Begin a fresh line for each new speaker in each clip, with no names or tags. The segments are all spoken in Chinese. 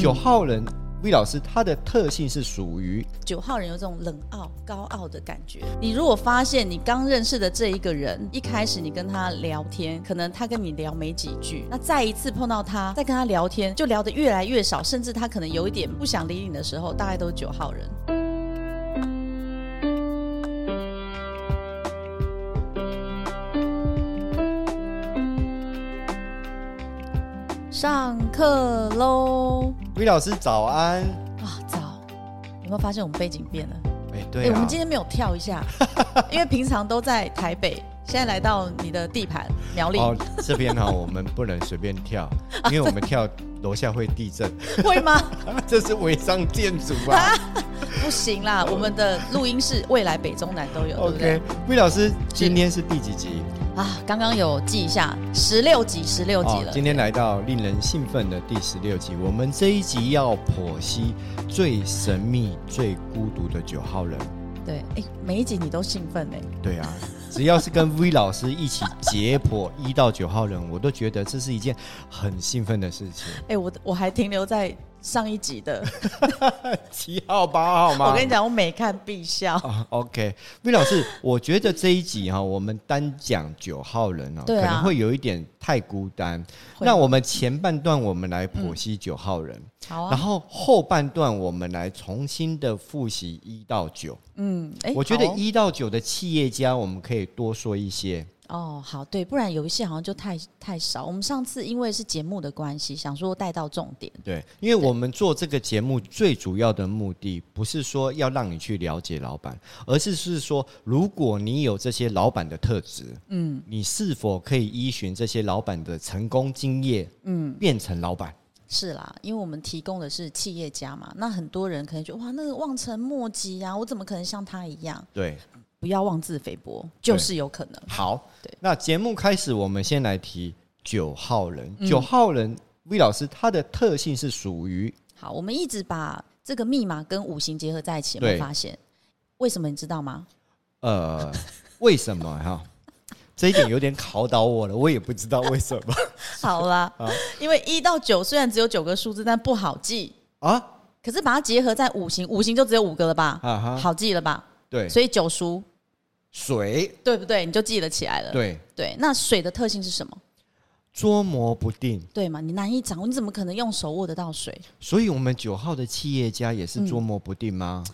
九号人魏老师他的特性是属于
九号人有这种冷傲、高傲的感觉。你如果发现你刚认识的这一个人，一开始你跟他聊天，可能他跟你聊没几句，那再一次碰到他，再跟他聊天，就聊得越来越少，甚至他可能有一点不想理你的时候，大概都是九号人。上课喽！
魏老师早安。
啊，早！有没有发现我们背景变了？
哎、
哎、
对
我
啊
们，今天没有跳一 下，因为平常都在台北，现在来到你的地盘苗栗，
哦这边哈、我们不能随便 跳，因为我们跳楼下会地震，
会吗？
这是违章建筑啊。
不行啦，我们的录音室未来北中南都 有，对不
OK，
对？
魏老师今天是第几集？
啊，刚刚有记一下，十六集，十六集了。
哦今天来到令人兴奋的第十六集，我们这一集要剖析最神秘、最孤独的九号人。
对，哎，每一集你都兴奋哎、
对啊，只要是跟 V 老师一起解剖一到九号人，我都觉得这是一件很兴奋的事情。
哎，我我还停留在上一集的，
七号、八号吗？
我跟你讲，我每看必笑。
啊，OK，V 老师，我觉得这一集哈、我们单讲九号人哦、
对啊
可能会有一点太孤单。
会嗯
那我们前半段我们来剖析九号人，
好
然
啊，
后后半段我们来重新的复习一到九。
嗯，哎，
我觉得
好哦
一到九的企业家，我们可以多说一些。
哦，好，对，不然有一些好像就太太少。我们上次因为是节目的关系，想说带到重点。
对，因为我们做这个节目最主要的目的，不是说要让你去了解老板，而是是说，如果你有这些老板的特质，嗯，你是否可以依循这些老板的成功经验，嗯，变成老板？
是啦，因为我们提供的是企业家嘛，那很多人可能觉得哇，那个望尘莫及啊，我怎么可能像他一样？
对，
不要妄自菲薄，就是有可能。
好
对，
那节目开始，我们先来提九号人。九、号人魏老师他的特性是属于
好，我们一直把这个密码跟五行结合在一起，有没有
对
发现？为什么你知 道吗？
呃，为什么哈？这一点有点考倒我了，我也不知道为什 么
好啦，因为一到九虽然只有九个数字，但不好记。
啊，
可是把它结合在五行，五行就只有五个了吧？
啊哈，
好记了吧？
对，
所以九输，
水，
对不对？你就记得起来了。
对。
对，那水的特性是什么？
捉摸不定，
对嘛？你难以掌握，你怎么可能用手握得到水？
所以我们九号的企业家也
嗯
是捉摸不定吗？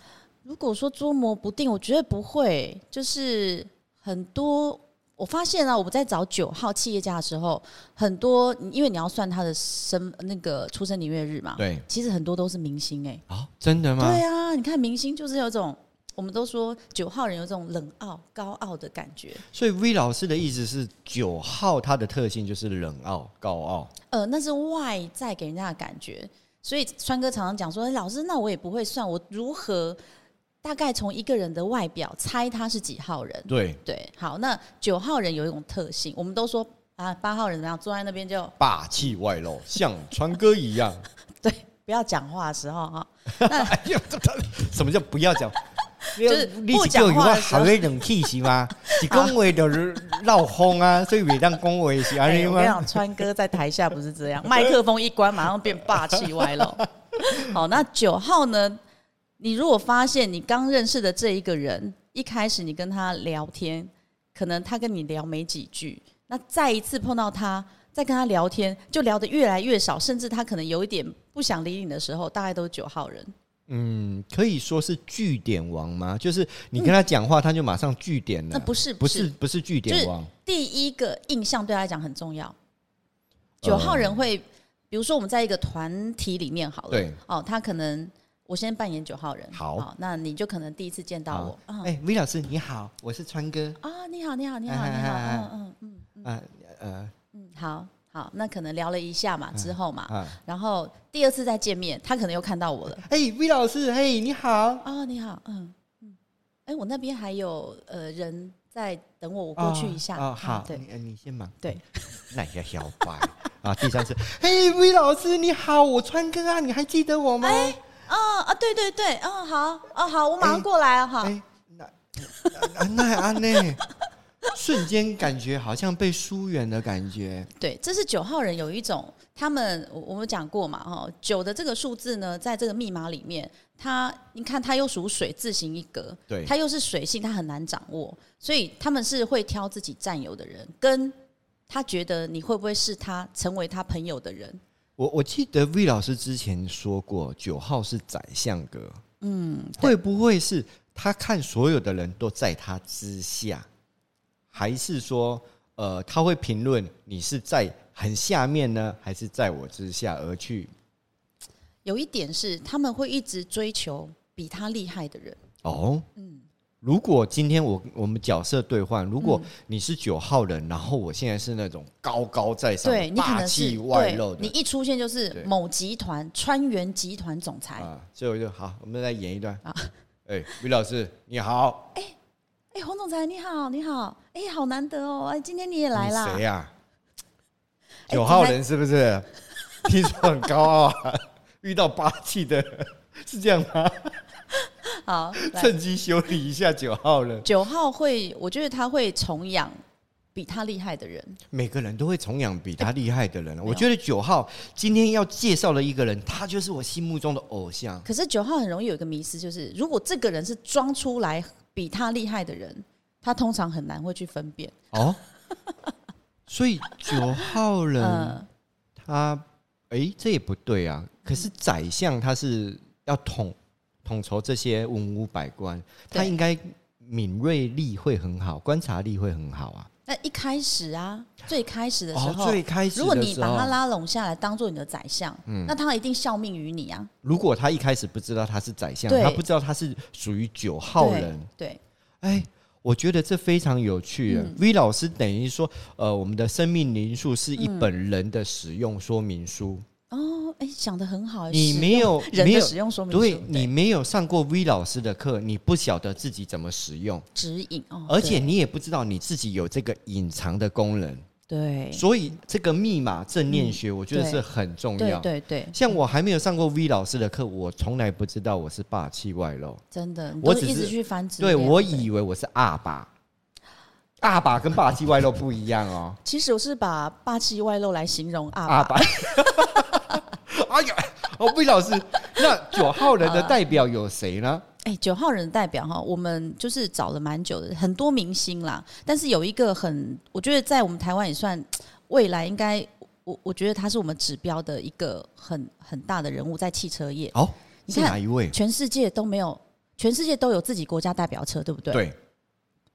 如果说捉摸不定，我觉得不会，就是很多。我发现啊，我们在找九号企业家的时候，很多因为你要算他的生那个出生年月日嘛，
对
其实很多都是明星哎、
啊、真的吗？
啊对啊，你看明星就是有种，我们都说九号人有这种冷傲、高傲的感觉。
所以 V 老师的意思是，九号他的特性就是冷傲、高傲。
呃，那是外在给人家的感觉。所以川哥常常讲说，哎老师，那我也不会算，我如何大概从一个人的外表猜他是几号人？
对，
对，好，那九号人有一种特性，我们都说啊，八号人怎么样，坐在那边就
霸气外露，像川哥一 样。
对，不要讲话的时候哈，
哎呀，这这什么叫不要 讲？
是
你
不讲话的时候
还会冷气是吗？ 是恭维的绕风啊，所以每当恭维是安
哎
尼
我跟你
吗？
讲，川哥在台下不是这样，麦克风一关，马上变霸气歪楼。好，那九号呢？你如果发现你刚认识的这一个人，一开始你跟他聊天，可能他跟你聊没几句，那再一次碰到他，再跟他聊天，就聊得越来越少，甚至他可能有一点不想理你的时候，大概都是九号人。
嗯，可以说是据点王吗？就是你跟他讲话，他就马上据点了。
那不是
不
不
是
是
不是据点王，
第一个印象对他来讲很重要。九号人会，比如说我们在一个团体里面好了，
嗯对，
哦，他可能我先扮演九号人，哦
好
那你就可能第一次见到我，
好
嗯，
哎、v 老师你好，我是川哥。
啊，你好，你好，你好，
哎
你好，
哎
嗯嗯嗯
啊呃
嗯，好好，那可能聊了一下嘛，之后嘛，
啊，
然后第二次再见面，他可能又看到我了，
哎、v 老师，嘿，你好。
哦，你好，嗯嗯，哎，我那边还有呃人在等我，我过去一下，
哦，哦
嗯
好，
对，
你你先忙。
对，
那也小白啊。第三次，嘿，V 老师你好，我川哥啊，你还记得我吗？哎、
哦啊，对对对，哦好，哦好，我马上过来啊，哈，
那那那安呢？瞬间感觉好像被疏远的感觉，
对，这是九号人有一种，他们我我们讲过嘛，哈，九的这个数字呢，在这个密码里面，它你看它又属水，自行一格，
对
它又是水性，它很难掌握，所以他们是会挑自己占有的人，跟他觉得你会不会是他成为他朋友的人，
我我记得 V 老师之前说过，九号是宰相格，嗯，会不会是他看所有的人都在他之下，还是说，呃，他会评论你是在很下面呢，还是在我之下而去？
有一点是他们会一直追求比他厉害的人，
哦，
嗯
如果今天我我们角色兑换，如果
嗯
你是九号人，然后我现在是那种高高在上、
对你可
霸
能是
气外露
对，你
的。
一出现就是
对
某集团川原集团总裁，
啊，所以我就好，我们来演一段啊。哎，于老师你好，
哎、洪总裁你好，你好，哎、好难得哦，哎，今天你也来啦
你，谁啊呀？
哎
九号人是不是？听说很高傲啊， 遇到霸气的，是这样吗？
好，来
趁机修理一下九号人。
九号会，我觉得他会崇仰比他厉害的人，
每个人都会崇仰比他厉害的人。啊
有
我觉得九号今天要介绍的一个人，他就是我心目中的偶像。
可是九号很容易有一个迷失，就是如果这个人是装出来比他厉害的人，他通常很难会去分辨，
哦， 所以九号人、
嗯
他，诶，这也不对啊。可是宰相他是要统统筹这些文武百官，他
对
应该敏锐力会很好，观察力会很好啊。
那一开始啊，最开始的时候，
哦最开始
如果
的
你
时
把他
候，嗯
拉拢下来当做你的宰相，那他一定效命于你啊。
如果他一开始不知道他是宰相，
对
他不知道他是属于九号
对
人，
对
哎，我觉得这非常有趣
嗯
啊。V 老师等于说，呃，我们的生命灵数是一
嗯
本人的使用说明书。
哦，哎，想的很好，
你
使
没有
人
没
的
有
使用说明书，
对你没有上过 V 老师的课，你不晓得自己怎么使用，
指引哦，
而且
对
你也不知道你自己有这个隐藏的功能，
对嗯
所以这个密码正念学，我觉得
对
是很重
对
要。
对对，
像我还没有上过 V 老师的课，我从来不知道我是霸气外露，
真的，你
我
都
只
一直
是
去翻资料。，
对我以为我是阿爸，阿爸跟霸气外露不一样哦
其实我是把霸气外露来形容 啊阿
阿
爸，
爸。 哎呀，哦，V 老师，那九号人的代表有谁呢？
哎，九号人的代表哈，我们就是找了蛮久的，很多明星啦，但是有一个很，我觉得在我们台湾也算未来应该，我我觉得他是我们指标的一个很很大的人物，在汽车业，
哦，
你
是
看
哪一位？
全世界都没有，全世界都有自己国家代表车，对不对？
对，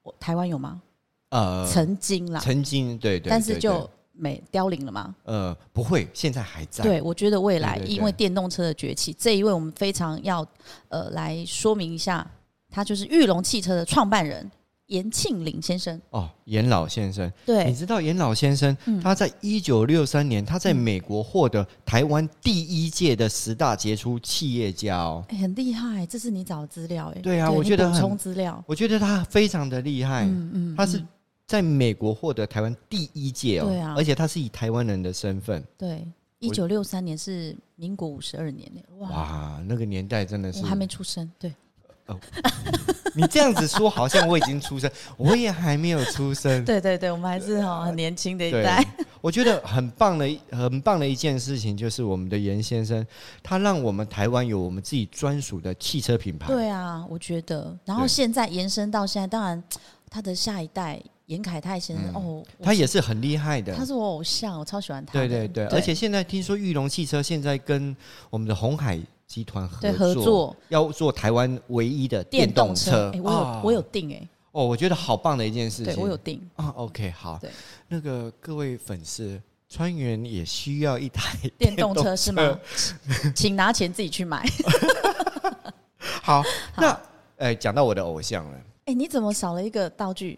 我台湾有吗？
呃，
曾经啦，
曾经对对，
但是
对
就
对
没凋零了嘛。
呃不会，现在还在。
对，我觉得未来
对对对
因为电动车的崛起，这一位我们非常要呃来说明一下，他就是玉龙汽车的创办人严庆林先生。
哦，严老先生，你
对，嗯
知道严老先生、他在一九六三年他在美国获得台湾第一届的十大杰出企业家哦，
哎很厉害，这是你找的资料哎。
对啊我觉得
你补
很
充资料，
我觉得他非常的厉害，
嗯嗯，
他是在美国获得台湾第一届哦，
对啊
而且他是以台湾人的身份，
对，一九六三年是民国五十二年哎，哇，
哇，那个年代真的是
我还没出生，对，
你这样子说，好像我已经出生，我也还没有出生，
对对对，我们还是哈很年轻的一
对
代，
我觉得很棒的一、很棒的一件事情，就是我们的严先生，他让我们台湾有我们自己专属的汽车品牌。
对啊，我觉得。然后
对
现在延伸到现在，当然他的下一代严凯泰先生，哦，
嗯他也是很厉害的
他。是我偶像，我超喜欢他
对
的。
对对，而且现在听说裕隆汽车现在跟我们的红海集团合
对
作，
合作
要做台湾唯一的
电
电动
车，哎，我有
啊
我有订哎，
哦，我觉得好棒的一件事情。
对我有订，
啊，OK，好
对，
那个各位粉丝，川原也需要一台
电动车是吗？请拿钱自己去买。
好，那哎，讲到我的偶像了，
哎，你怎么少了一个道具？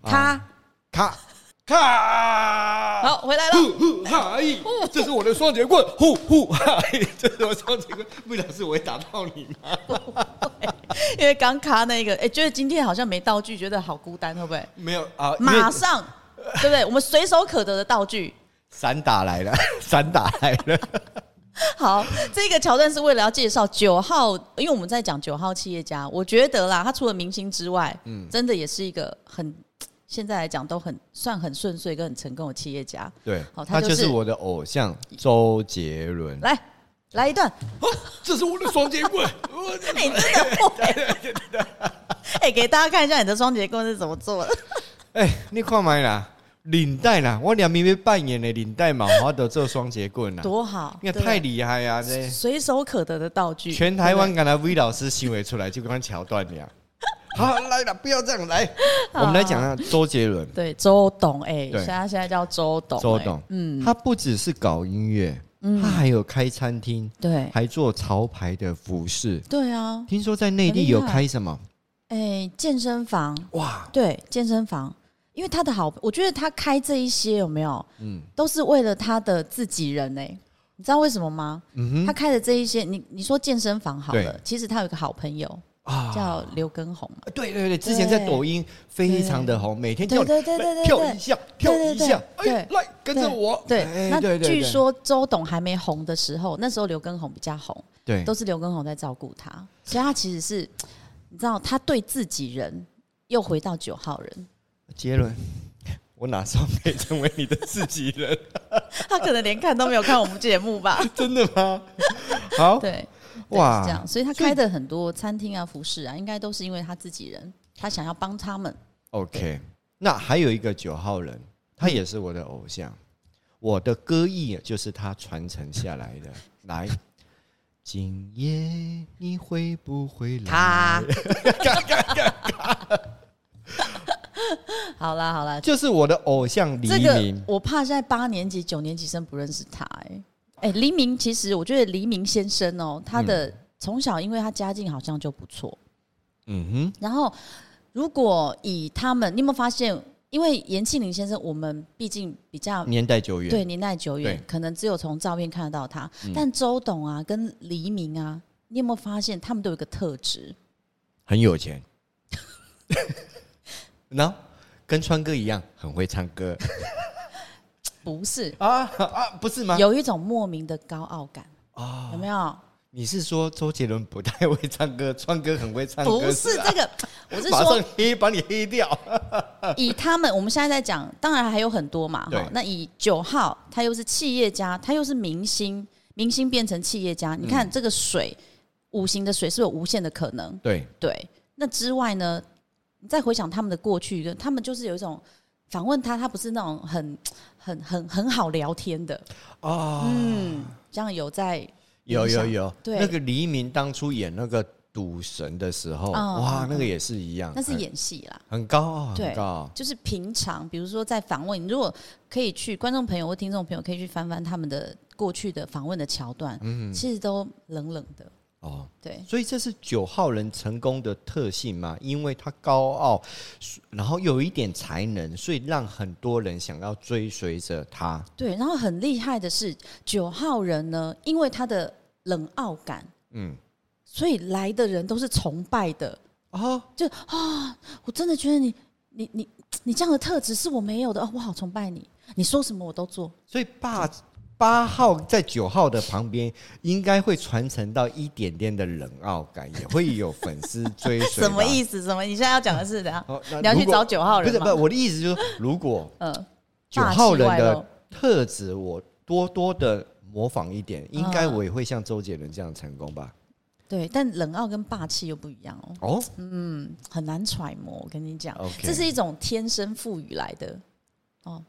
啊
他
咔咔，
好回来了，
呼呼哈咦，这是我的双节棍，呼呼哈咦，这是我的双节棍。魏老师，我会打到你吗？
因为刚卡那个，哎，觉得今天好像没道具，觉得好孤单，会不会？
没有啊，因为
马上，对不对？我们随手可得的道具，
散打来了， 散打来了。
好，这个桥段是为了要介绍九号，因为我
嗯
们在讲九号企业家，我觉得啦，他除了明星之外，真的也是一个很现在来讲都很算很顺遂跟很成功的企业家。
对，
好
他
他就
就是是我的偶像周杰伦。
来来一 段，
哦这是我的双截棍，
你这个不会。哎、给大家看一下你的双节棍是怎么 做的。
哎、你看麦啦，领带啦，我两明明扮演的领带嘛，我得做双截棍啦，
多好！
你看
对
太厉害啊！这
随手可得的道具，
全台湾
对
敢来 V 老师行为出来，就跟他桥段一 样。好，来了，不要这样来，
好啊
我们来讲下周杰伦
不。对对周董哎，
对
现在现在叫周董，
周
哎
董，
嗯，
他不只是搞音乐，他还有开餐厅，
对
还做潮牌的服饰。
对啊，
听说在内地有开什么？
哎，健身房，
哇，
对健身房，因为他的好，我觉得他开这一些有没有，
嗯
都是为了他的自己人哎、你知道为什么吗？
嗯
他开的这一些，你你说健身房好了
对，
其实他有一个好朋友
哼啊，
叫刘根红啊嘛，
对对对，之前在抖音非常的红，每天叫
对
你哎
对对对对
跳
对
一。下，跳
对对
一下，
对
哎，来跟着我。
对，
哎
那
对对
据
对
说周董还没红的时候，那时候刘畊宏比较红，
对
都是刘畊宏在照顾他，所以他其实是，你知道，他对自己人又回到九号人，
杰伦，我哪时候可以成为你的自己人？
他可能连看都没有看我们节目吧？
真的吗？好，
对，哇，
哇
是这样，所以他
所以
开的很多餐厅啊、服饰啊，应该都是因为他自己人，他想要帮他 们。
OK，那还有一个九号人，他也是我的偶像，
嗯
我的歌艺就是他传承下来的。来，今夜你会不会来
他？， 好啦好啦，
就是我的偶像黎
这个
明。
我怕现在八年级、九年级生不认识他、哎哎，黎明其实我觉得黎明先生哦，他的从小因为他家境好像就不错，
嗯
然后如果以他们，你有没有发现？因为严庆林先生，我们毕竟比较
哼，年代久远。
啊对年代久远
对，嗯
可能只有从照片看得到他。但周董啊，跟黎明啊，你有没有发现他们都有一个特质？
很有 钱。 那跟川哥一样，很会唱 歌
不是，
啊啊，不是吗？
有一种莫名的高傲感啊，有没有？
你是说周杰伦不太会唱歌，川哥很会唱歌？
不是
吧
这个，我是
马
说
上黑把你黑掉。
以他们，我们现在在讲，当然还有很多嘛。
对
哈，那以九号，他又是企业家，他又是明星，明星变成企业家，你
嗯
看这个水，五行的水是有无限的可能。
对，
对，那之外呢，你再回想他们的过去，他们就是有一种访问他，他不是那种很很很很好聊天的。
哦，
嗯，这样有在
有有有，
对
那个黎明当初演那个赌神的时候，
嗯
哇，
嗯
那个也是一样，
那是
很
演戏啦。
很高傲，
对
很高傲。
就是平常，比如说在访问，你如果可以去观众朋友或听众朋友可以去翻翻他们的过去的访问的桥段，
嗯
其实都冷冷的，
哦，
对，
所以这是九号人成功的特性嘛？因为他高傲，然后有一点才能，所以让很多人想要追随着他。
对。然后很厉害的是九号人呢，因为他的冷傲感，
嗯，
所以来的人都是崇拜的。
哦，
我真的觉得你，你，你，你这样的特质是我没有的哦，我好崇拜你。你说什么我都做，
所以八八号在九号的旁边，应该会传承到一点点的冷傲感，也会有粉丝追随吧。
什么意思？什么？你现在要讲的是怎样？
哦那
你要去
如果
找九号
不
人
是
吗
不是，？我的意思就是，如果
嗯，
九
霸气
号人
外露
的特质，我多多的模仿一
嗯
点，应该我也会像周杰伦这样成功吧？
对，但冷傲跟霸气又不一样哦。
哦，
嗯，很难揣摩。我跟你讲
OK
这是一种天生赋予来的哦，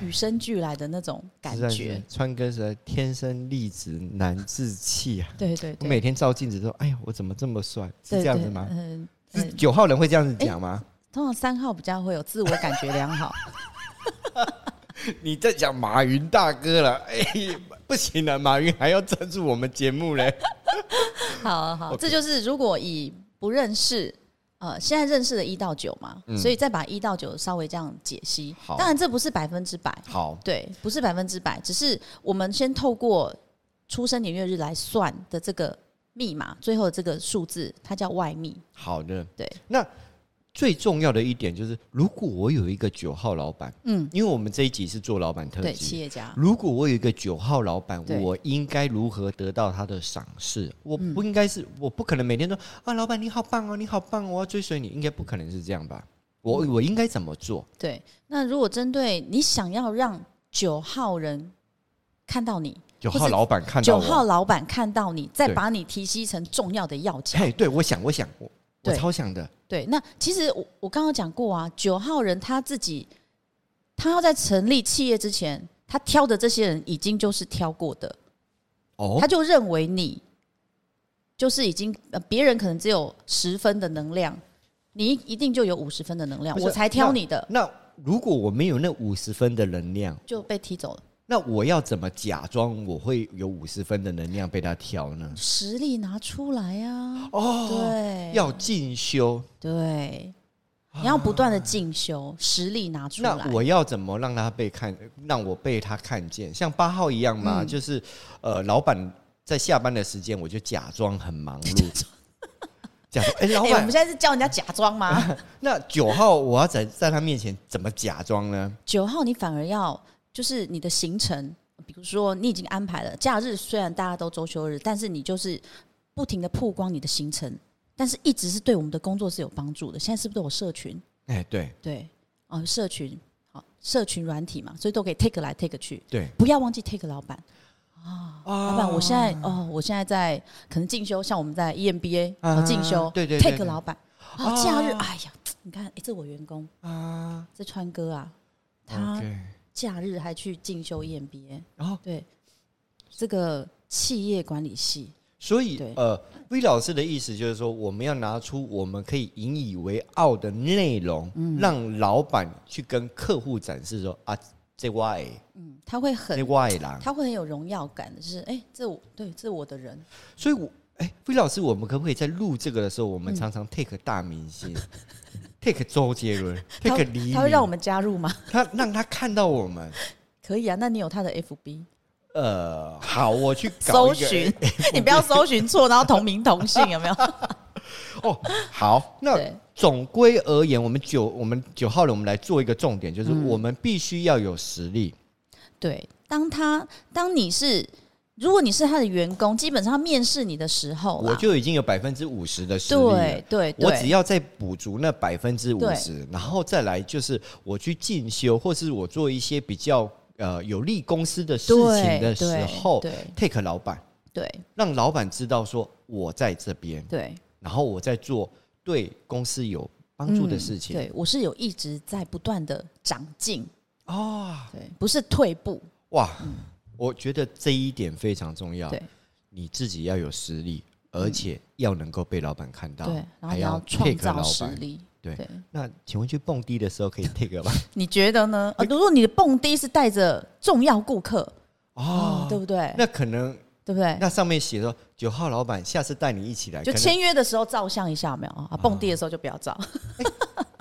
与生俱来的那种感
哦实在
觉
是。川哥是天生丽质难自弃啊！
对对
我
对，
每天照镜子都，哎呀，我怎么这么帅？是
对
这样子
对
吗？
嗯、
是
嗯
九号人会这样子讲吗？
通常三号比较会有自我感觉良好，哎
你在讲马云大哥了？ 哎，不行了，马云还要赞助我们节目 嘞。
好好
OK
这就是如果以不认识。呃，现在认识的一到九嘛、
嗯
所以再把一到九稍微这样解析。
好
当然这不是百分之百，
好，
对，不是百分之百，只是我们先透过出生年月日来算的这个密码，最后这个数字它叫外密。
好的，
对。
那最重要的一点就是，如果我有一个九号老板，
嗯，
因为我们这一集是做老板特
对，企
辑。
业家，
如果我有一个九号老板，
对嗯
我应该如何得到他的赏识？我不应该是，我不可能每天都啊，老板你好棒哦，你好棒哦，我要追随你，应该不可能是这样吧？我
嗯
我应该怎么做？
对，那如果针对你想要让九号人看到你，
九
或
号
是
老板看到
九
我，
号老板看到你，再
对
把你提吸成重要的要角。
嘿，对我想，我想，我我
对
超想的，
对，那其实我我刚刚讲过啊，九号人他自己，他要在成立企业之前，他挑的这些人已经就是挑过的，
哦
他，就认为你就是已经呃别人可能只有十分的能量，你一定就有五十分的能量，
不是
我才挑你的，
那如果我没有那五十分的能量，
就被踢走了。
那我要怎么假装我会有五十分的能量被他挑呢？
实力拿出来啊，
哦，
对，
要进修，
对，你要不断的进修，实力拿出来。
那我要怎么让他被看，让我被他看见？像八号一样
嗯
吗？就是呃，老板在下班的时间，我就假装很忙碌，假装哎，老
哎我
板
们现，在是教人家假装吗？
那九号我要在在他面前怎么假装呢？
九号你反而要就是你的行程，比如说你已经安排了假日，虽然大家都周休日，但是你就是不停的曝光你的行程，但是一直是对我们的工作是有帮助的。现在是不是都有社群？
哎，对
对，哦，社群，好，社群软体嘛，所以都可以 take 来 take 去，
对，
不要忘记 take 老板。
老
老板，我现在哦，我现在在可能进修，像我们在 EMBA
啊
哦进修，
对对对
take
对
老板，哦
啊
假日，哎呀，你看，哎，这我员工，
啊，
这川哥啊，他
OK
假日还去进修 E EMBA，
然后
对，这个企业管理系，
所以
对
呃，V 老师的意思就是说，我们要拿出我们可以引以为傲的内容，
嗯
让老板去跟客户展示说啊，这我的
嗯，他会
这
很，
我的人。
他会很有荣耀感的，就是哎，这我对，这我的人，
所以我，哎，V 老师，我们可不可以在录这个的时候，
嗯
我们常常 take 大明星、t a k e 周杰 伦，take 黎明，
他会让我们加入吗？
他让他看到我们。
可以啊，那你有他的 FB
呃，好，我去搞
搜
一个
寻， 你不要搜寻错，然后同名同姓有没有？
哦。好，那
对
总归而言，我们九我们九号人，我们来做一个重点，
嗯
就是我们必须要有实力。
对，当他当你是，如果你是他的员工，基本上他面试你的时候啦，
我就已经有百分之五十的实力了
哦对对对，
我只要再补足那百分之五十
对，
然后再来就是我去进修，或是我做一些比较呃有利公司的事情的时候
对
，take 老板，
对
让老板知道说我在这边，
对
然后我在做对公司有帮助的事
对，
情。
嗯对我是有一直在不断的长进，
哦，
对，不是退步，
哇，我觉得这一点非常重要
对。嗯
你自己要有实力，而且要能够被老板看到，
对，然
啊
后
还
你
要
要创
take
造
老
实
板。
力，
对
对，
那请问去蹦迪的时候可以 take 吗？
你觉得呢？呃，如果你的蹦迪是带着重要顾客， 哦，对不对？
啊那可能
对不对？
那上面写说九号老板下次带你一起来，
就
可能
签约的时候照相一下有没有啊？蹦迪的时候就不要照，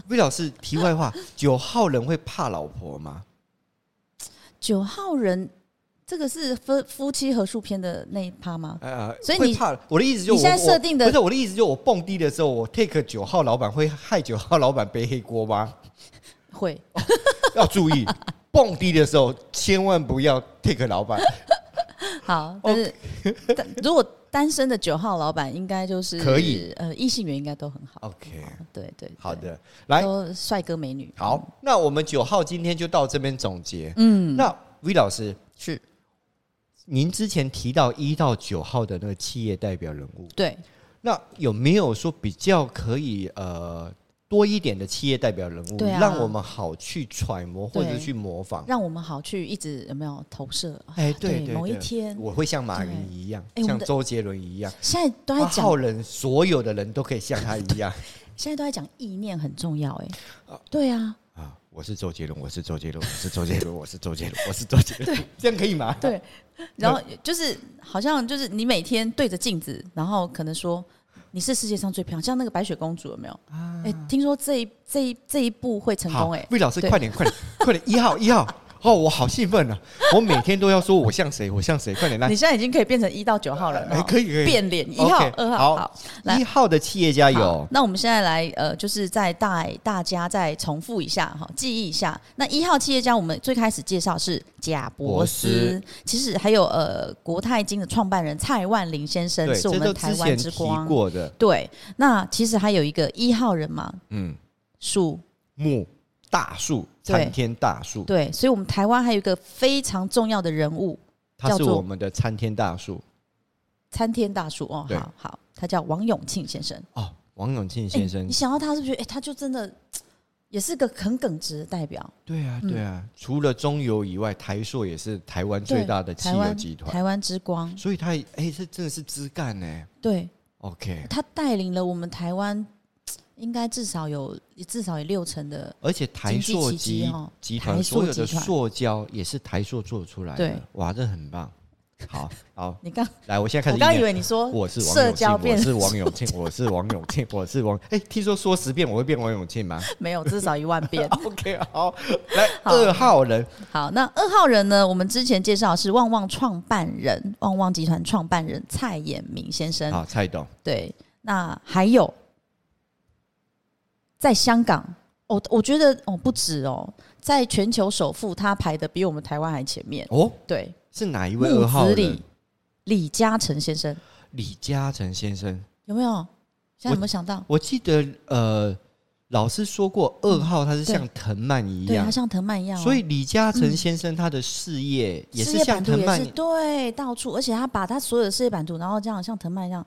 魏老师题外话，九号人会怕老婆吗？
九号人，这个是夫夫妻合宿篇的那一趴吗？
呃，
所以
会
你
怕我的意思就是我，
你现在设
我
定的
不是我的意思，就是我蹦迪的时候，我 take 九号老板会害九号老板背黑锅吗？
会，
要注 意，蹦迪的时候千万不要 take 老板，
好，但
哦
是 但如果单身的九号老板，应该就是
可以，
呃，异性缘应该都很好。
OK
好对对，对
好，的，来，
都帅哥美女，
好，那我们九号今天就到这边总结。嗯，那 V 老师，
是
您之前提到一到九号的那个企业代表人物，
对。
那有没有说比较可以呃多一点的企业代表人物，
对啊
让我们好去揣摩或者
对
去模仿？
让我们好去一直有没有投射？
哎，
对
对对，
某一
对
天
我会像马云
对
一样，
哎我们
像
的
周杰伦一样，
现在都
八
在讲
号，人所有的人都可以像他一 样
现在都在讲意念很重要、哎，对啊，
啊！我是周杰伦，我是周杰伦，我是周杰伦，我是周杰伦，我是周杰伦，这样可以吗？
对。然后就是好像就是你每天对着镜子，然后可能说你是世界上最漂亮，像那个白雪公主有没有？哎、听说这一这一这一步会成
啊好
功、哎，
魏老师，
对
快点，快点，快点！一号，一号！哦，我好兴奋啊！我每天都要说我像谁，我像谁，快点来
你！现在已经可以变成一到九号人了
哎
哦，
可以可以
变脸一号
OK，、
二
好
号，好，来
一号的企业家有
好那我们现在来，呃，就是再带大家再重复一下哈，记忆一下。那一号企业家，我们最开始介绍是贾伯斯，
伯斯
其实还有呃国泰金的创办人蔡万林先生，
对，
是我
这
们
都
台
之前
湾之
提
光。
过的，
对，那其实还有一个一号人嘛，
嗯，
属
木、大树、
对
参天大树，
对，所以我们台湾还有一个非常重要的人物，
它
叫
是
做
我们的参天大树
参天大树哦，
对
好好，他叫王永庆先生。
哦，王永庆
哎
先生
你，想到他是不是觉得？哎、他就真的也是个很耿直的代表。
对啊，对啊，
嗯
除了中油以外，台塑也是台湾最
对
大的呃汽
台
油
湾
集团，
台湾之光，
所以他也哎，这真的是枝干呢。
对
OK，
他带领了我们台湾，应该至少有至少有六成的，
而且台塑
经济奇迹
集
哦
集团
台塑
所有的
集团
塑胶也是台塑做出来的
对，
哇，这很棒。好，好，
你刚
来，我现在开
我
始
刚
念
以。为你说
我是
社交
王
变
永庆，我是王永庆，我是王永庆，我是王。哎、听说说十遍我会变王永庆吗
没有至少一万遍。
？OK，好，来
好
二号人，
好，那二号人呢？我们之前介绍是旺旺创办人，旺旺集团创办人蔡衍明先生。
好，蔡董，
对，那还有在香港，哦，我觉得哦不止哦，在全球首富他排的比我们台湾还前面。
哦，
对，
是哪一位
木
二号
子
人
李？李嘉诚先生
李嘉诚先生，
有没有？现在有没有想到？
我记得呃，老师说过二号他是像藤蔓一
嗯对，
样
他，像藤蔓一样哦、嗯
所以李嘉诚先生他的事业也
事
是
业
像
版图
藤
也
蔓
是，对到处，而且他把他所有的事业版图，然后这样像藤蔓一样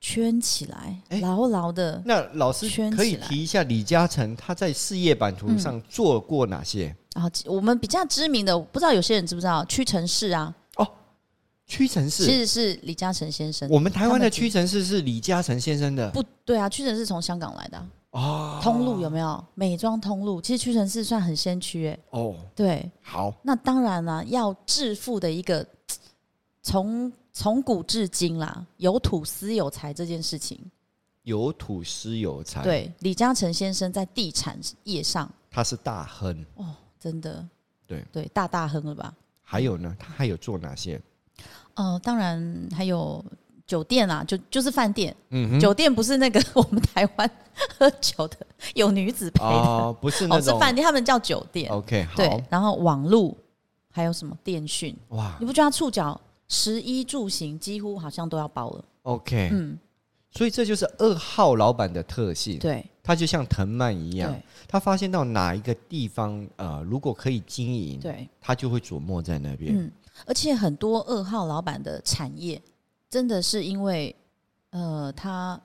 圈起来，
哎
牢牢的。
那老师
圈
可以
起来嗯
提一下李嘉诚他在事业版图上做过哪些？
然后我们比较知名的，我不知道有些人知不知道屈臣氏啊，
屈臣
其
氏，
实是李嘉诚先生。
我们台湾
他
的
们是
屈臣氏是李嘉诚先生的
不对啊，屈臣氏从香港来的啊、
哦
通路有没有？美妆通路，其实屈臣氏算很先驱哎、
哦，
对，
好，
那当然啦，要致富的一个嘖从从古至今啦，有土司有财这件事情，
有土司有财，，
对，李嘉诚先生在地产业上
他是大亨。
真的
对
对大大亨了吧？
还有呢，他还有做哪些？
呃，当然还有酒店啦，就就是饭店，
嗯哼，
酒店不是那个 我们台湾喝酒的有女子陪的，
哦， 不是那
哦是
种
饭店，他们叫酒店，
OK，好
对，，然后网路还有什么电讯，
哇
你不觉得它触角食衣住行几乎好像都要包了？
，OK，
嗯，
所以这就是二号老板的特性，
对，
他就像藤蔓一样
对，
他发现到哪一个地方，呃，如果可以经营，
对，
他就会琢磨在那边。
嗯，而且很多二号老板的产业真的是因为呃他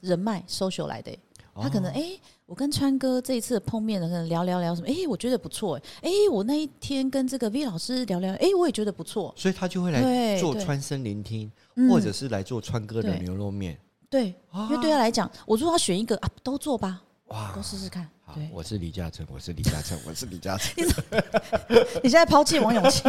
人脉 social 来的欸、
哦
他可能哎、诶我跟川哥这一次碰面了，可能聊聊聊什么？哎、我觉得不错、欸，哎、我那一天跟这个 V 老师聊聊，哎、我也觉得不错，
所以他就会来
对，
做
对
川生聆听，
嗯
或者是来做川哥的
对
牛肉面。
对，因为对他来讲，我如果要选一个啊，都做吧，
哦哇
都，试试看。
好
对，
我是李嘉诚，我是李嘉诚，我是李嘉 诚。
你现在抛弃王 永庆，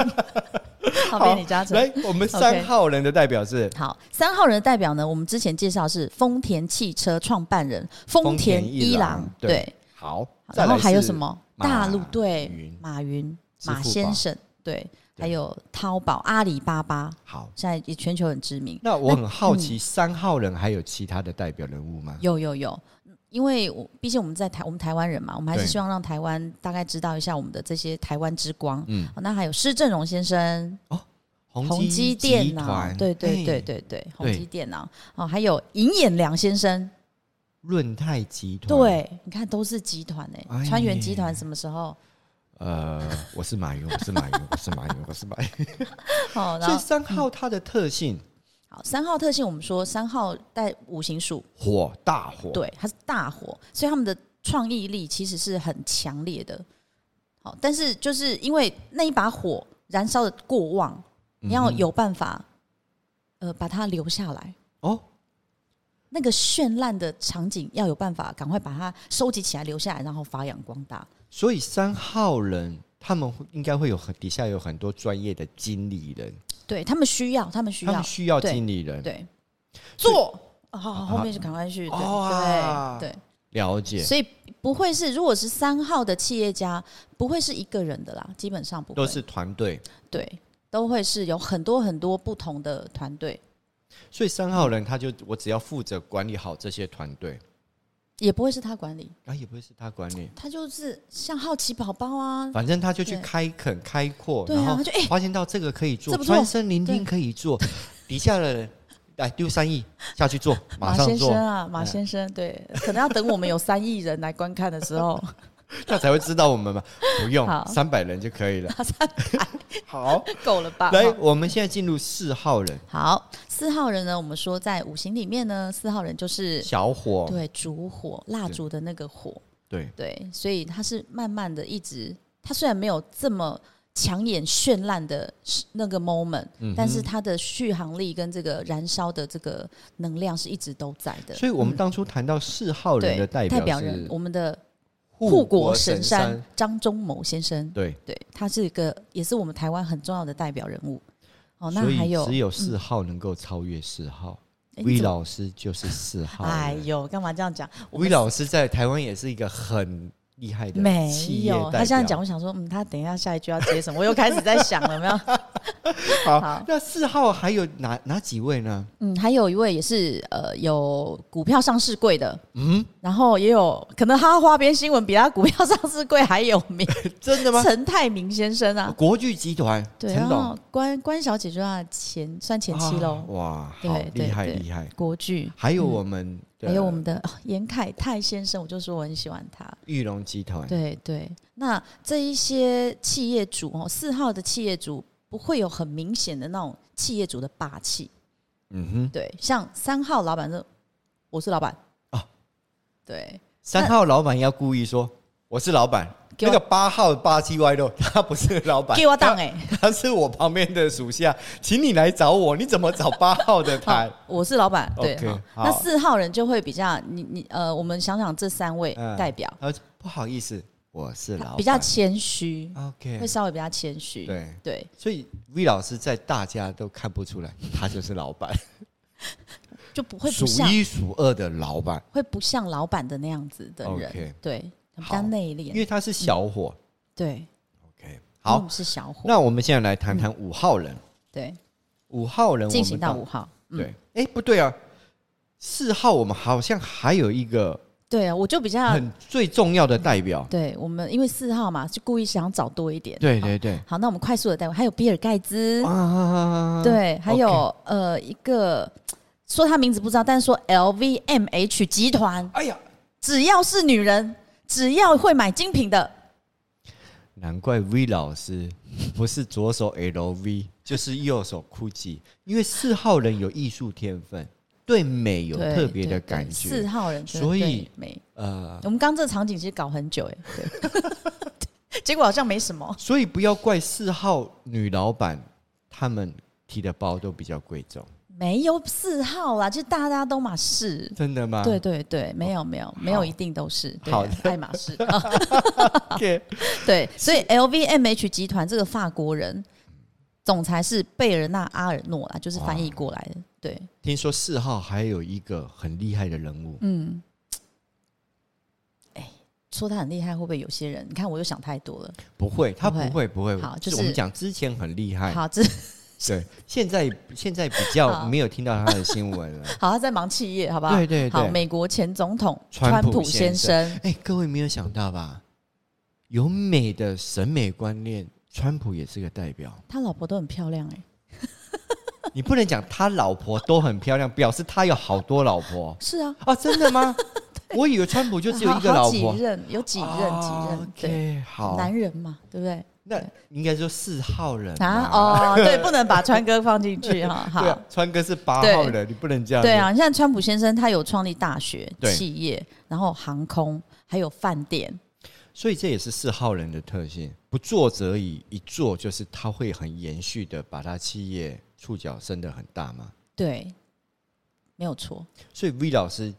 旁边李嘉诚。
来，我们三号人的代表是
好，三号人的代表呢，我们之前介绍是丰田汽车创办人丰田一郎
丰田一郎，对
对，
好，再
然
来
后还有
是
什么
马
大陆对
云
马云
支付宝
马先生对，
对
还有淘宝阿里巴巴，
好，
现在也全球很知名，
那我很好奇，三号人还有其他的代表人物吗？
有有有。因为我毕竟我们在台，我们台湾人嘛，我们还是
对
希望让台湾大概知道一下我们的这些台湾之光。
嗯
嗯，那还有施正荣先生，宏基
集
电脑
团，，
对对对
哎，
对对，宏基电脑哦，还有尹衍良先生，
润泰集团，，
对，你看都是集团哎
哎，
川原集团什么时 候？
呃，我是马云，我是马 云，我是马云，我是马云。
哦，然
所以
后
三号它的特性，
好，三号特性我们说三号带五行属，
火大火，
嗯对，它是大火，所以他们的创意力其实是很强烈的。好，但是就是因为那一把火燃烧的过旺，
嗯
你要有办法，呃，把它留下来。
哦，
那个绚烂的场景要有办法赶快把它收集起来，留下来，然后发扬光大。
所以三号人他们会应该会有很底下有很多专业的经理人，
对他们需要，他们需
他们
要，
需要
对
经理人
对，做。哦好，好后面就赶快去，
哦啊
对对
了
对，
解，
所以不会是，如果是三号的企业家，不会是一个人的啦，基本上不会，
都是团队。
对，都会是有很多很多不同的团队，
所以三号人他就我只要负责管理好这些团队，
也不会是他管理，
然后也不会是他管理，
他就是像好奇宝宝啊，
反正他就去
对
开垦、开阔，
对
然后
啊，他就哎、
发现到这个可以做
这，不错
专声聆听可以做，底下的人来丢三亿下去做，哎马
马
上
先生
做，
啊，马先生，对，可能要等我们有三亿人来观看的时候，
那才会知道我们嘛。不用
好
三百人就可以 了。好，
够了吧？
来
好，
我们现在进入四号人，
好，四号人呢，我们说在五行里面呢，四号人就是
小火，
对烛火，蜡烛的那个火，
对，
对，所以它是慢慢的一直，它虽然没有这么抢眼绚烂的那个 moment，、
嗯哼
但是它的续航力跟这个燃烧的这个能量是一直都在的。
所以我们当初谈到四号人的
嗯对，
代
代
表
人
是，
我们的
护
国
神
山，张忠谋先生，
对，
对他是一个也是我们台湾很重要的代表人物。哦，那
所
还
以
有
只有四号能够超越四号。
诶你
V
怎么
老师就是四号人。
哎呦，干嘛这样讲？我
魏
们
老师在台湾也是一个很厉害的
没
企业代
有，
表。
他这样讲，我想说，嗯，他等一下下一句要接什么？我又开始在想了，有没有？
好。
好
那四号还有哪哪几位呢？
嗯，还有一位也是呃有股票上市柜的，
嗯，
然后也有可能他花边新闻比他股票上市柜还有 名，
真的吗？
陈泰明先生啊，
国巨集团，
对，
陈
然
董
后关关小姐就是他的前算前妻
啊
喽，
哇，
对
好
对
厉害
对
厉害！
国剧，
还有我们的，
还有我们的哦严凯泰先生，我就说我很喜欢他，
玉龙集团，
对对，那这一些企业主哦，四号的企业主不会有很明显的那种企业主的霸气，
嗯哼，
对，像三号老板说我是老板
啊，
对。
三号老板要故意说我是老板，
给
那
我
个八号八七歪六他不是老板，
给我当哎、
他是我旁边的属下，请你来找我，你怎么找八号的
好
台？，
我是老板，对
OK，好
那四号人就会比较，你你呃，我们想想这三位
嗯
代表，
他说不好意思，我是老板，
比较谦虚，会
OK，
稍微比较谦虚，
对。
对，
所以 V 老师在大家都看不 出来，他就是老板，
就不会
数
不像
一数二的老板，
会不像老板的那样子的人
OK
对，比
好
较内
因
敛，
为他是小伙。
对，
OK，
因为我
好
们，是小伙，
那我们现在来谈谈五号人。
对，
五号人我们
进行到五号，嗯
对，哎，不对啊，四号我们好像还有一个
对啊，我就比较
很最重要的代表。
对我们，因为四号嘛，就故意想找多一点，
对
好
对对，
好，那我们快速的带过，还有比尔盖茨，
啊，
对，还
OK
有呃一个说他名字不知道，但是说 LVMH 集团，
哎呀，
只要是女人，只要会买精品的，
难怪 V 老师 不是左手 LV 就是右手 GUCCI，因为四号人有艺术天分，对美有
对
特别
对
的
对
感
四
觉。
号人真的
所以
对美，
呃，
我们刚这场景其实搞很久哎，对 结果好像没什么。
所以不要怪四号女老板，她们提的包都比较贵重，
没有四号啦，就大家都马仕。
真的吗？
嗯对对对，没有没有没有，一定都是对
啊好的
爱马 仕。啊
，OK，
对，所以 LVMH 集团这个法国人总裁是贝尔纳阿尔诺啦，就是翻译过来的。对，
听说四号还有一个很厉害的人物，
嗯，哎，说他很厉害，会不会有些人？你看，我又想太多了。
不会，他
不
不
会
会，不会，
好就是
我们讲之前很厉害，
好，这
对，现在现在比较
好
没有听到他的新闻了。
好，他在忙企业，好不好？
对对
好，
对，
美国前总统
川
川
普
普
先
先生，
哎、各位没有想到吧？有美的审美观念，川普也是个代表。
他老婆都很漂亮哎。
你不能讲他老婆都很漂亮，表示他有好多老婆
是啊，
啊？真的 吗？我以为川普就只有一个
好
老
好
婆哦啊
几，任有几任几任，对，
OK，好，
男人嘛，对不对？
那应该说四号人
啊，
嘛。
哦，对，不能把川哥放进去 哈。
对
好
啊，，川哥是八
对
号人，你不能这样。
对，啊，像川普先生，他有创立大学、
对
企业，然后航空，还有饭店，
所以这也是四号人的特性，不做则已，一做就是他会很延续的把他企业触角伸得很大嘛。
对，没有错。
所以 V 老师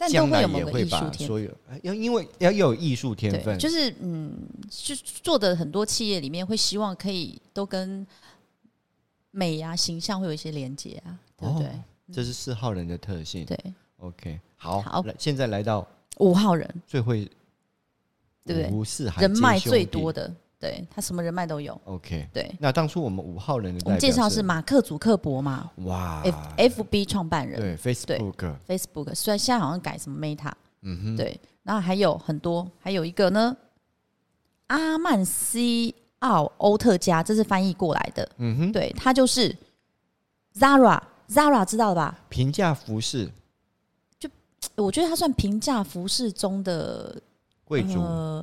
但都
将
会
来
有某
也
个
会
艺术
把
天分。
所有哎要因为要要有艺术天
对，
分，
就是嗯，就做的很多企业里面会希望可以都跟美啊、形象会有一些连接啊，对不对？
哦这是四号人的特性。
对，
OK，好，
好
来现在来到
五号人
最会
对不对
五四海
人脉
皆兄
最
弟
多的，对他什么人脉都有。
OK，
对
那当初我们五号人的
我们
代表
介绍是马克·祖克伯嘛
哇
，F F B 创办人
对 Facebook，
，Facebook，虽然现在好像改什么 Meta，
嗯哼，
对，然后还有很多，还有一个呢，阿曼西奥欧特加，这是翻译过来的，
嗯哼，
对，他就是 Zara Zara 知道了吧？
平价服饰
我觉得它算平价服饰中的
贵族
呃，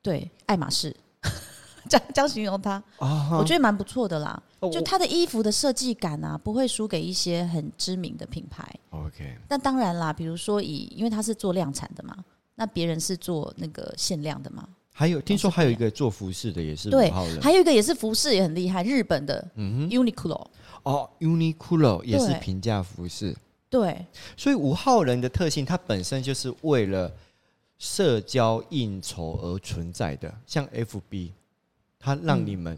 对，爱马仕， 这样这样形容它，
啊
我，觉得蛮不错的啦。
哦
就
我
它的衣服的设计感啊，不会输给一些很知名的品牌。
OK，
那当然啦，比如说以，因为它是做量产的嘛，那别人是做那个限量的嘛。
还有听说还有一个做服饰的也是
对
五号人，嗯
还有一个也是服饰也很厉害，日本的 Uniqlo，、
哦，Uniqlo 也是
对
平价服饰，
对
所以五号人的特性，它本身就是为了社交应酬而存在的，像 FB，它让你们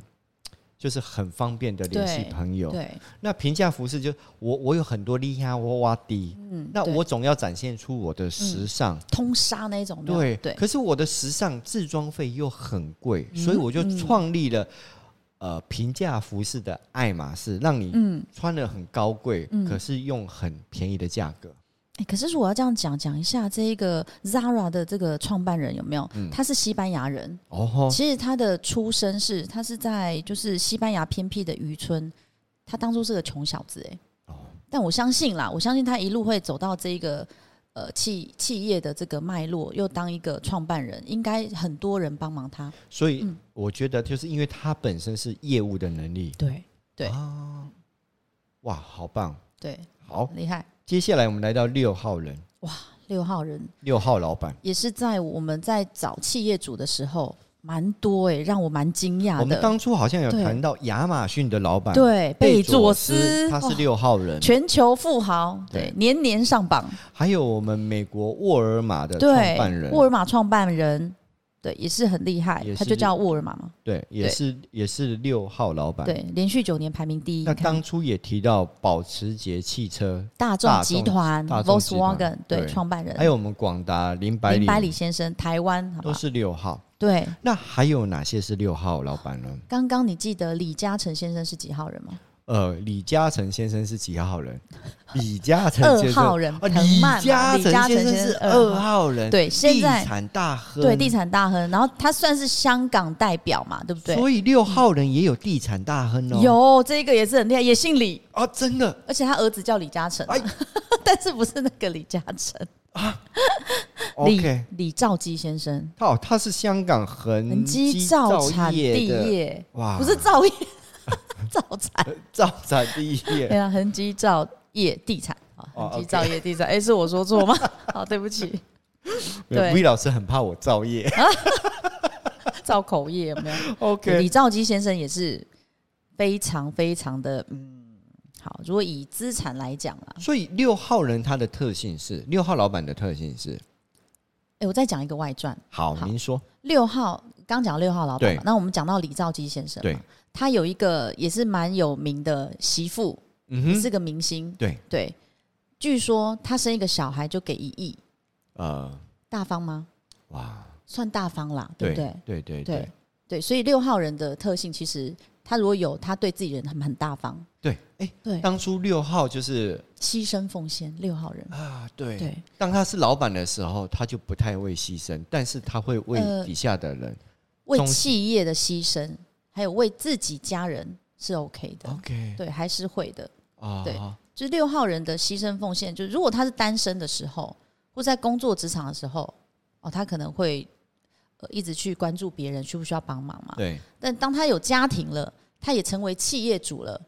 就是很方便的联系
对
朋友。
对，
那平价服饰就我我有很多厉害我哇低，
嗯，
那
对嗯
我总要展现出我的时尚。
通杀那一种的，
对
对
可是我的时尚自装费又很贵，
嗯
所以我就创立了、呃平价服饰的爱马仕，让你
嗯，
穿的很高贵，
嗯
可是用很便宜的价格。
哎、可是我要这样讲讲一下这一个 Zara 的这个创办人有没有？他是西班牙人，
嗯哦吼，
其实他的出身是他是在就是西班牙偏僻的渔村，他当初是个穷小子哎、
哦
但我相信啦，我相信他一路会走到这一个呃企企业的这个脉络，又当一个创办人，应该很多人帮忙他。
所以
嗯
我觉得就是因为他本身是业务的能力，
对对
啊，哇，好棒！
对，
好，
厉害
接下来我们来到六号人，
哇！六号人
六号老板，
也是在我们在找企业主的时候，蛮多哎、让我蛮惊讶的。
我们当初好像有
对
谈到亚马逊的老板
对贝佐斯，
他是
哇
六号人，
全球富豪，对，
对
年年上榜，
还有我们美国沃尔玛的创
对
办，人，
沃尔玛创办人，对，也是很厉害
也，是
他就叫沃尔玛嘛，
对，也是也是六号老板。
对，连续九年排名第一。
那
你看
当初也提到保时捷汽车，
大众集团
大众集团
Volkswagen
对
对创办人，
还有我们广达林百
林
里，
百里先生，台湾，好
都
吧？
是六号。
对，
那还有哪些是六号老板呢？
刚刚你记得李嘉诚先生是几号 人吗？
呃，李嘉诚先生是几号人？李嘉诚先生
二号人，
啊，
藤
李
蔓嘛，
嘉
李嘉
诚先
诚
生
生
是
是
二
号，
号人，
对现在
地产大亨，
对，地产大亨，然后他算是香港代表嘛，对不对？
所以六号人也有地产大亨哦，
有这个也是很厉害，也姓李，
啊，真的
而且他儿子叫李嘉
哎
诚啊、但是不是那个李嘉诚，
，OK，
李李兆基先生，
他哦，他是香港恒
恒基
造
造产地
业的，啊
业，
哇，
不是造业， 造产
造产地业
对啊，恒基造业地产啊，
哦
恒基
OK
造业地产，哎、是我说错吗？ 好，对不起，对
呃，V 老师很怕我造 业
造口业有没有？
，OK，
李兆基先生也是非常非常的嗯。好，如果以资产来讲啊啦，
所以六号人他的特性是六号老板的特性是
哎、我再讲一个外传，
好，
好
您说
六号刚讲六号老板
对
嘛，那我们讲到李兆基先生嘛，
对，
他有一个也是蛮有名的媳妇，
嗯
也
哼，
是个明星，
对，
对，据说他生一个小孩就给一亿，
呃，
大方吗？
哇，
算大方啦，对不对？
对对
对对，所以六号人的特性其实他如果有，他对自己人很很大方，
对，哎，
对，
当初六号就是
牺牲奉献，六号人，
啊，对
对，
当他是老板的时候，他就不太会牺牲，但是他会为
呃
底下的人。
为
忠
企业的牺牲，还有为自己家人是 OK 的，
OK，
对，还是会的。
啊
对就是六号人的牺牲奉献，就是如果他是单身的时候，或在工作职场的时候，哦，他可能会呃一直去关注别人需不需要帮忙嘛。
对
但当他有家庭了，他也成为企业主了，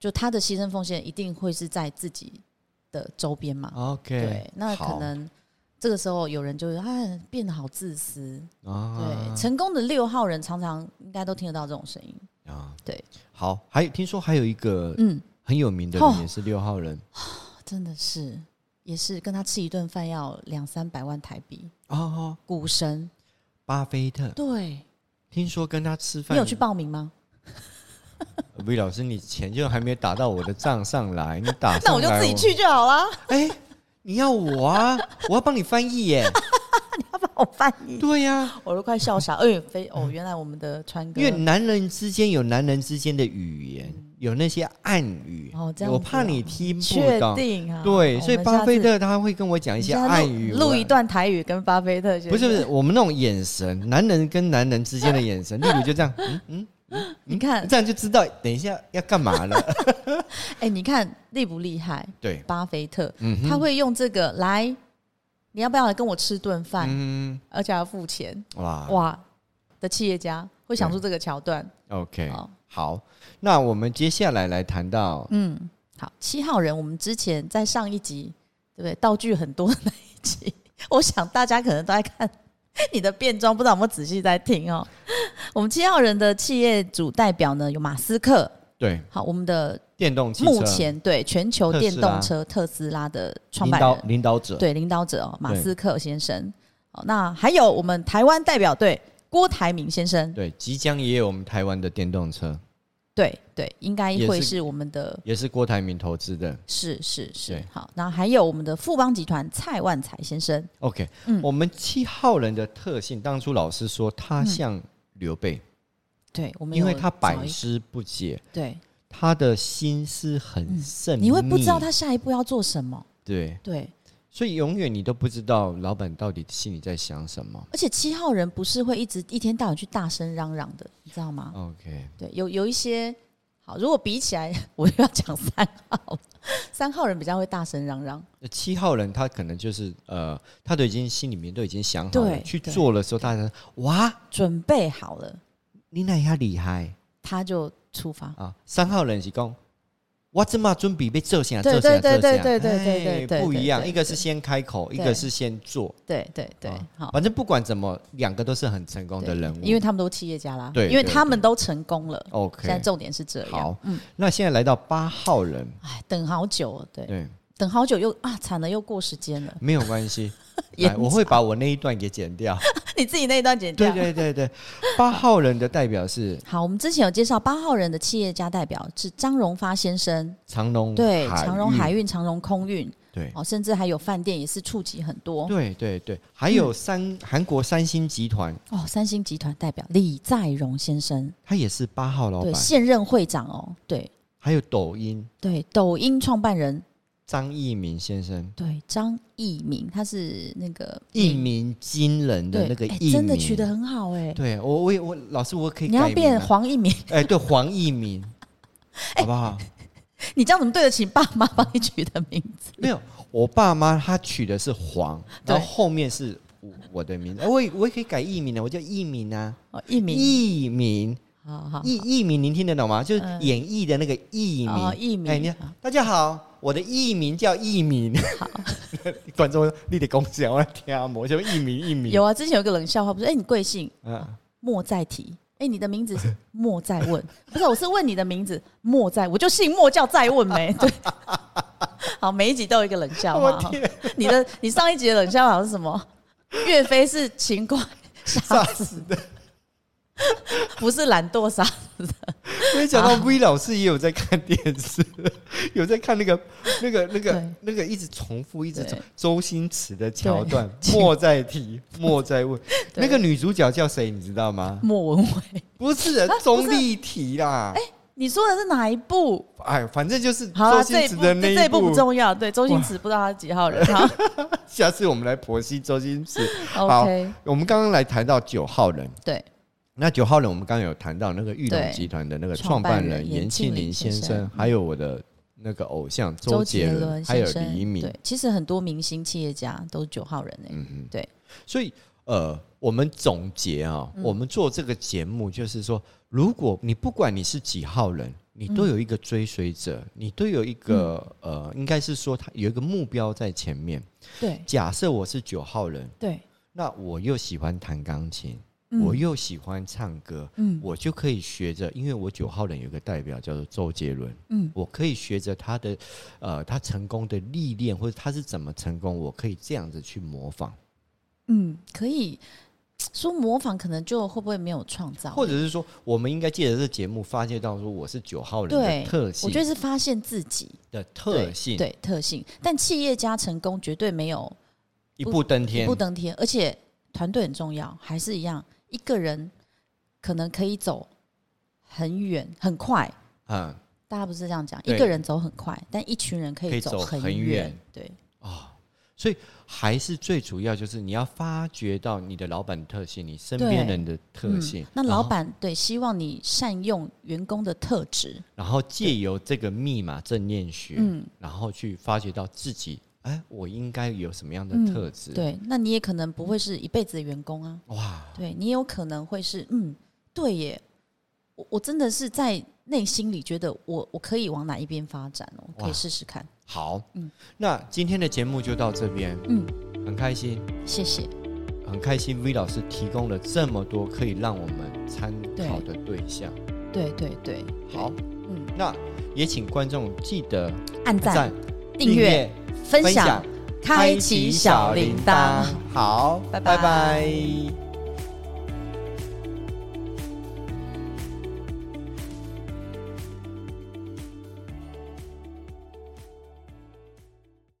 就他的牺牲奉献一定会是在自己的周边嘛。
哦，OK，
啊对，那可能这个时候有人就会啊变得好自私。
好啊
对，成功的六号人常常应该都听得到这种声音。
啊，
对，
好，还有听说还有一个
嗯，
很有名的
哦
人也是六号人
真的是，也是跟他吃一顿饭要两三百万台币。
哦哦，
股神，
巴菲特，
对
听说跟他吃
你
饭，
有去报名吗？
魏老师，你钱就还没打到我的账上来，你打
那
上
我就
来
自己，去就 好啦。
哎，你要我啊，我要帮你翻译 耶，
他帮我翻译，
对呀、
我都快笑傻。哎，非哦，
嗯
原来我们的川哥
因为男人之间有男人之间的语言，有那些暗语，
哦这样子啊
我怕你听
确
不懂。
定啊，
对，
我
所以
们
巴
下
菲
次
特他会跟我讲一些
我们下
暗
次
语，
录
我
一。段台语跟巴菲特先生。
不是不是，我们那种眼神，男人跟男人之间的眼神，例如就这样，嗯嗯
你看，
这样就知道等一下要干嘛 了。
哎、你看厉不厉害？
对，
巴菲特，
嗯
他
哼，
会用这个来，你要不要来跟我吃顿饭？
嗯，啊
而且还要付钱，
哇
哇！的企业家会想出这个桥段，
，OK，
好
好，那我们接下来来谈到
嗯，好，七号人，我们之前在上一集，对不对？道具很多的那一集，我想大家可能都在看 你的变装，不知道有没有仔细在听哦。我们七号人的企业主代表呢，有马斯克，
对
好，我们的
电动汽车
目前对全球
特斯拉
电动车特斯拉的创
领
办
导
人，
领导者，
对领导者哦，马
对
斯克先生。哦，那还有我们台湾代表队郭台铭先生，
对，即将也有我们台湾的电动车，
对对，应该
也
会
是
是我们的
也是郭台铭投资的。
是是是
对，
好，那还有我们的富邦集团蔡万才先生，
OK，、
嗯
我们七号人的特性，当初老师说他像刘备，
对我们
因
嗯有
为他
找
百
一
思不解，
对，
他的心思很慎密、
嗯你会不知道他下一步要做什么，
对，
对，
所以永远你都不知道老板到底心里在想什么。
而且七号人不是会一直一天到晚去大声嚷嚷的，你知道
啊
吗？
OK，
对，有有一些好，如果比起来，我又要讲三号，三号人比较会大声嚷嚷，
那七号人他可能就是呃，他都已经心里面都已经想好了
对
去
对
做的时候，大家说哇，
准备好了
你那下厉害
他就出发，
啊！三号人是讲。我怎么准备被做下
对
做下
对
做
对
下，
对对对
哎
对对对
不一
对
样。
对
一个是先开口，一
对
个是先做。
对对对
啊，
好。
反正不管怎么，两个都是很成功的
对
人物。
因为他们都企业家啦，
对
因为
对
他
对
们都成功了。现在
OK，
重点是这样，
好
嗯，
那现在来到八号人，
哎，等好久了，对，
对，
等好久又啊，惨了，又过时 间了。。
没有关系
延
来，我会把我那一段给剪 掉。
你自己那一段剪
对
掉。
对对对，八号人的代表是
好，我们之前有介绍八号人的企业家代表是张荣发先生，
长隆，
对，长荣海
嗯运，
运、长荣空运，
对
哦，甚至还有饭店也是触及很多。
对对对，还有三韩国三星集团，
哦，三星集团代表李在镕先生，
他也是八号老
对，
板，
现任会长哦，对
还有抖音
对，抖音创办人，
张一鸣先生，
对张一鸣，他是那个
一鸣惊人的
对
那个
哎
一鸣，
真的取得很好哎，
对我我也我老师我可以
你要
改名
变
吗
黄一鸣，
哎，对黄一鸣，
哎
好不好？
你这样怎么对得起爸妈 帮你取的名字？
没有，我爸妈他取的是黄，
对
然后后面是我我的名字，哎我也我也可以改艺名的，我叫艺名啊，
哦，一鸣，
艺名
好好，
艺艺名，您听得懂吗？就是
嗯
演绎的那个艺名。
哦，一鸣，
哎你看大家好，我的艺名叫艺名。
好，
观众你的公司我要听啊，我叫艺名艺名。
有啊，之前有个冷笑话，不是？哎、你贵姓？
啊，
莫再提。哎、你的名字是莫再问， 不是？我是问你的名字莫再，我就姓莫叫再问没？ 对。好，每一集都有一个冷笑话
我
哦。
天，
你的你上一集的冷笑话是什么？岳飞是秦桧杀死的， 不是懒惰杀。
没想
啊
到 V 老师也有在看电视，有在看那个那个那
对
个那个一直重复一直重
对
周星驰的桥
对
段， 莫再提，莫再问。
对
那个女主角叫谁，你知道吗？
莫文蔚，
不
啊
是钟丽缇啦，
你说的是哪一部？
哎，反正就是
好
周
啦，
星
这一
驰
部
的那
这一部
部
不。重要。对，周星驰不知道他是几号人。
下次我们来剖析周星驰。
好
好
，OK，
我们刚刚来谈到九号人，
对，
那九号人，我们刚刚有谈到那个裕
对
隆集团的那个
创
创
办
办
人
人
严
严
庆
庆
林
林先
先生
生，还有我的那个偶像
周
周杰伦，还
先
有
生，
黎明
对。，其实很多明星企业家都是九号人呢、欸
嗯嗯，
对。
所以呃，我们总结啊、
嗯
我们做这个节目就是说，如果你不管你是几号人，你都有一个追随者，你都有一个、
嗯
呃，应该是说他有一个目标在前面。
对
假设我是九号人，
对，
那我又喜欢弹钢琴，
嗯
我又喜欢唱歌，
嗯
我就可以学着，因为我九号人有一个代表叫做周杰伦，
嗯，
我可以学着他的，呃，他成功的历练或者他是怎么成功，我可以这样子去模仿，
嗯，可以说模仿，可能就会不会没有创造，
或者是说，我们应该借着这节目发现到说我是九号人
对
的特
我
性
觉得是发现自己
的特性，
对对特性。但企业家成功绝对没有
一步登
一
天
步，登天，而且团队很重要，还是一样，一个人可能可以走很远很快。
嗯，
大家不是这样讲，
对
一个人走很快，但一群人可以
可以走
很
很远
对，
所以还是最主要就是你要发掘到你的老板的特性，你身边
对
人的特性。
嗯那
然后
老板对希望你善用员工的特质，
然后借由这个密码正念学，
嗯
然后去发掘到自己，哎，我应该有什么样的
嗯
特质？，
对，那你也可能不会是一辈子的员工啊，
哇，
对你有可能会是，嗯，对耶，我我真的是在内心里觉得我我可以往哪一边发展哦，可以
哇
试试看，
好，
嗯
那今天的节目就到这边，
嗯，
很开心，
谢谢，
很开心，V 老师提供了这么多可以让我们参考的对象。
对对对，对
好，
嗯，
那也请观众记得
按赞、
赞、
订阅、分享、开启小铃铛。
好，
拜拜
拜拜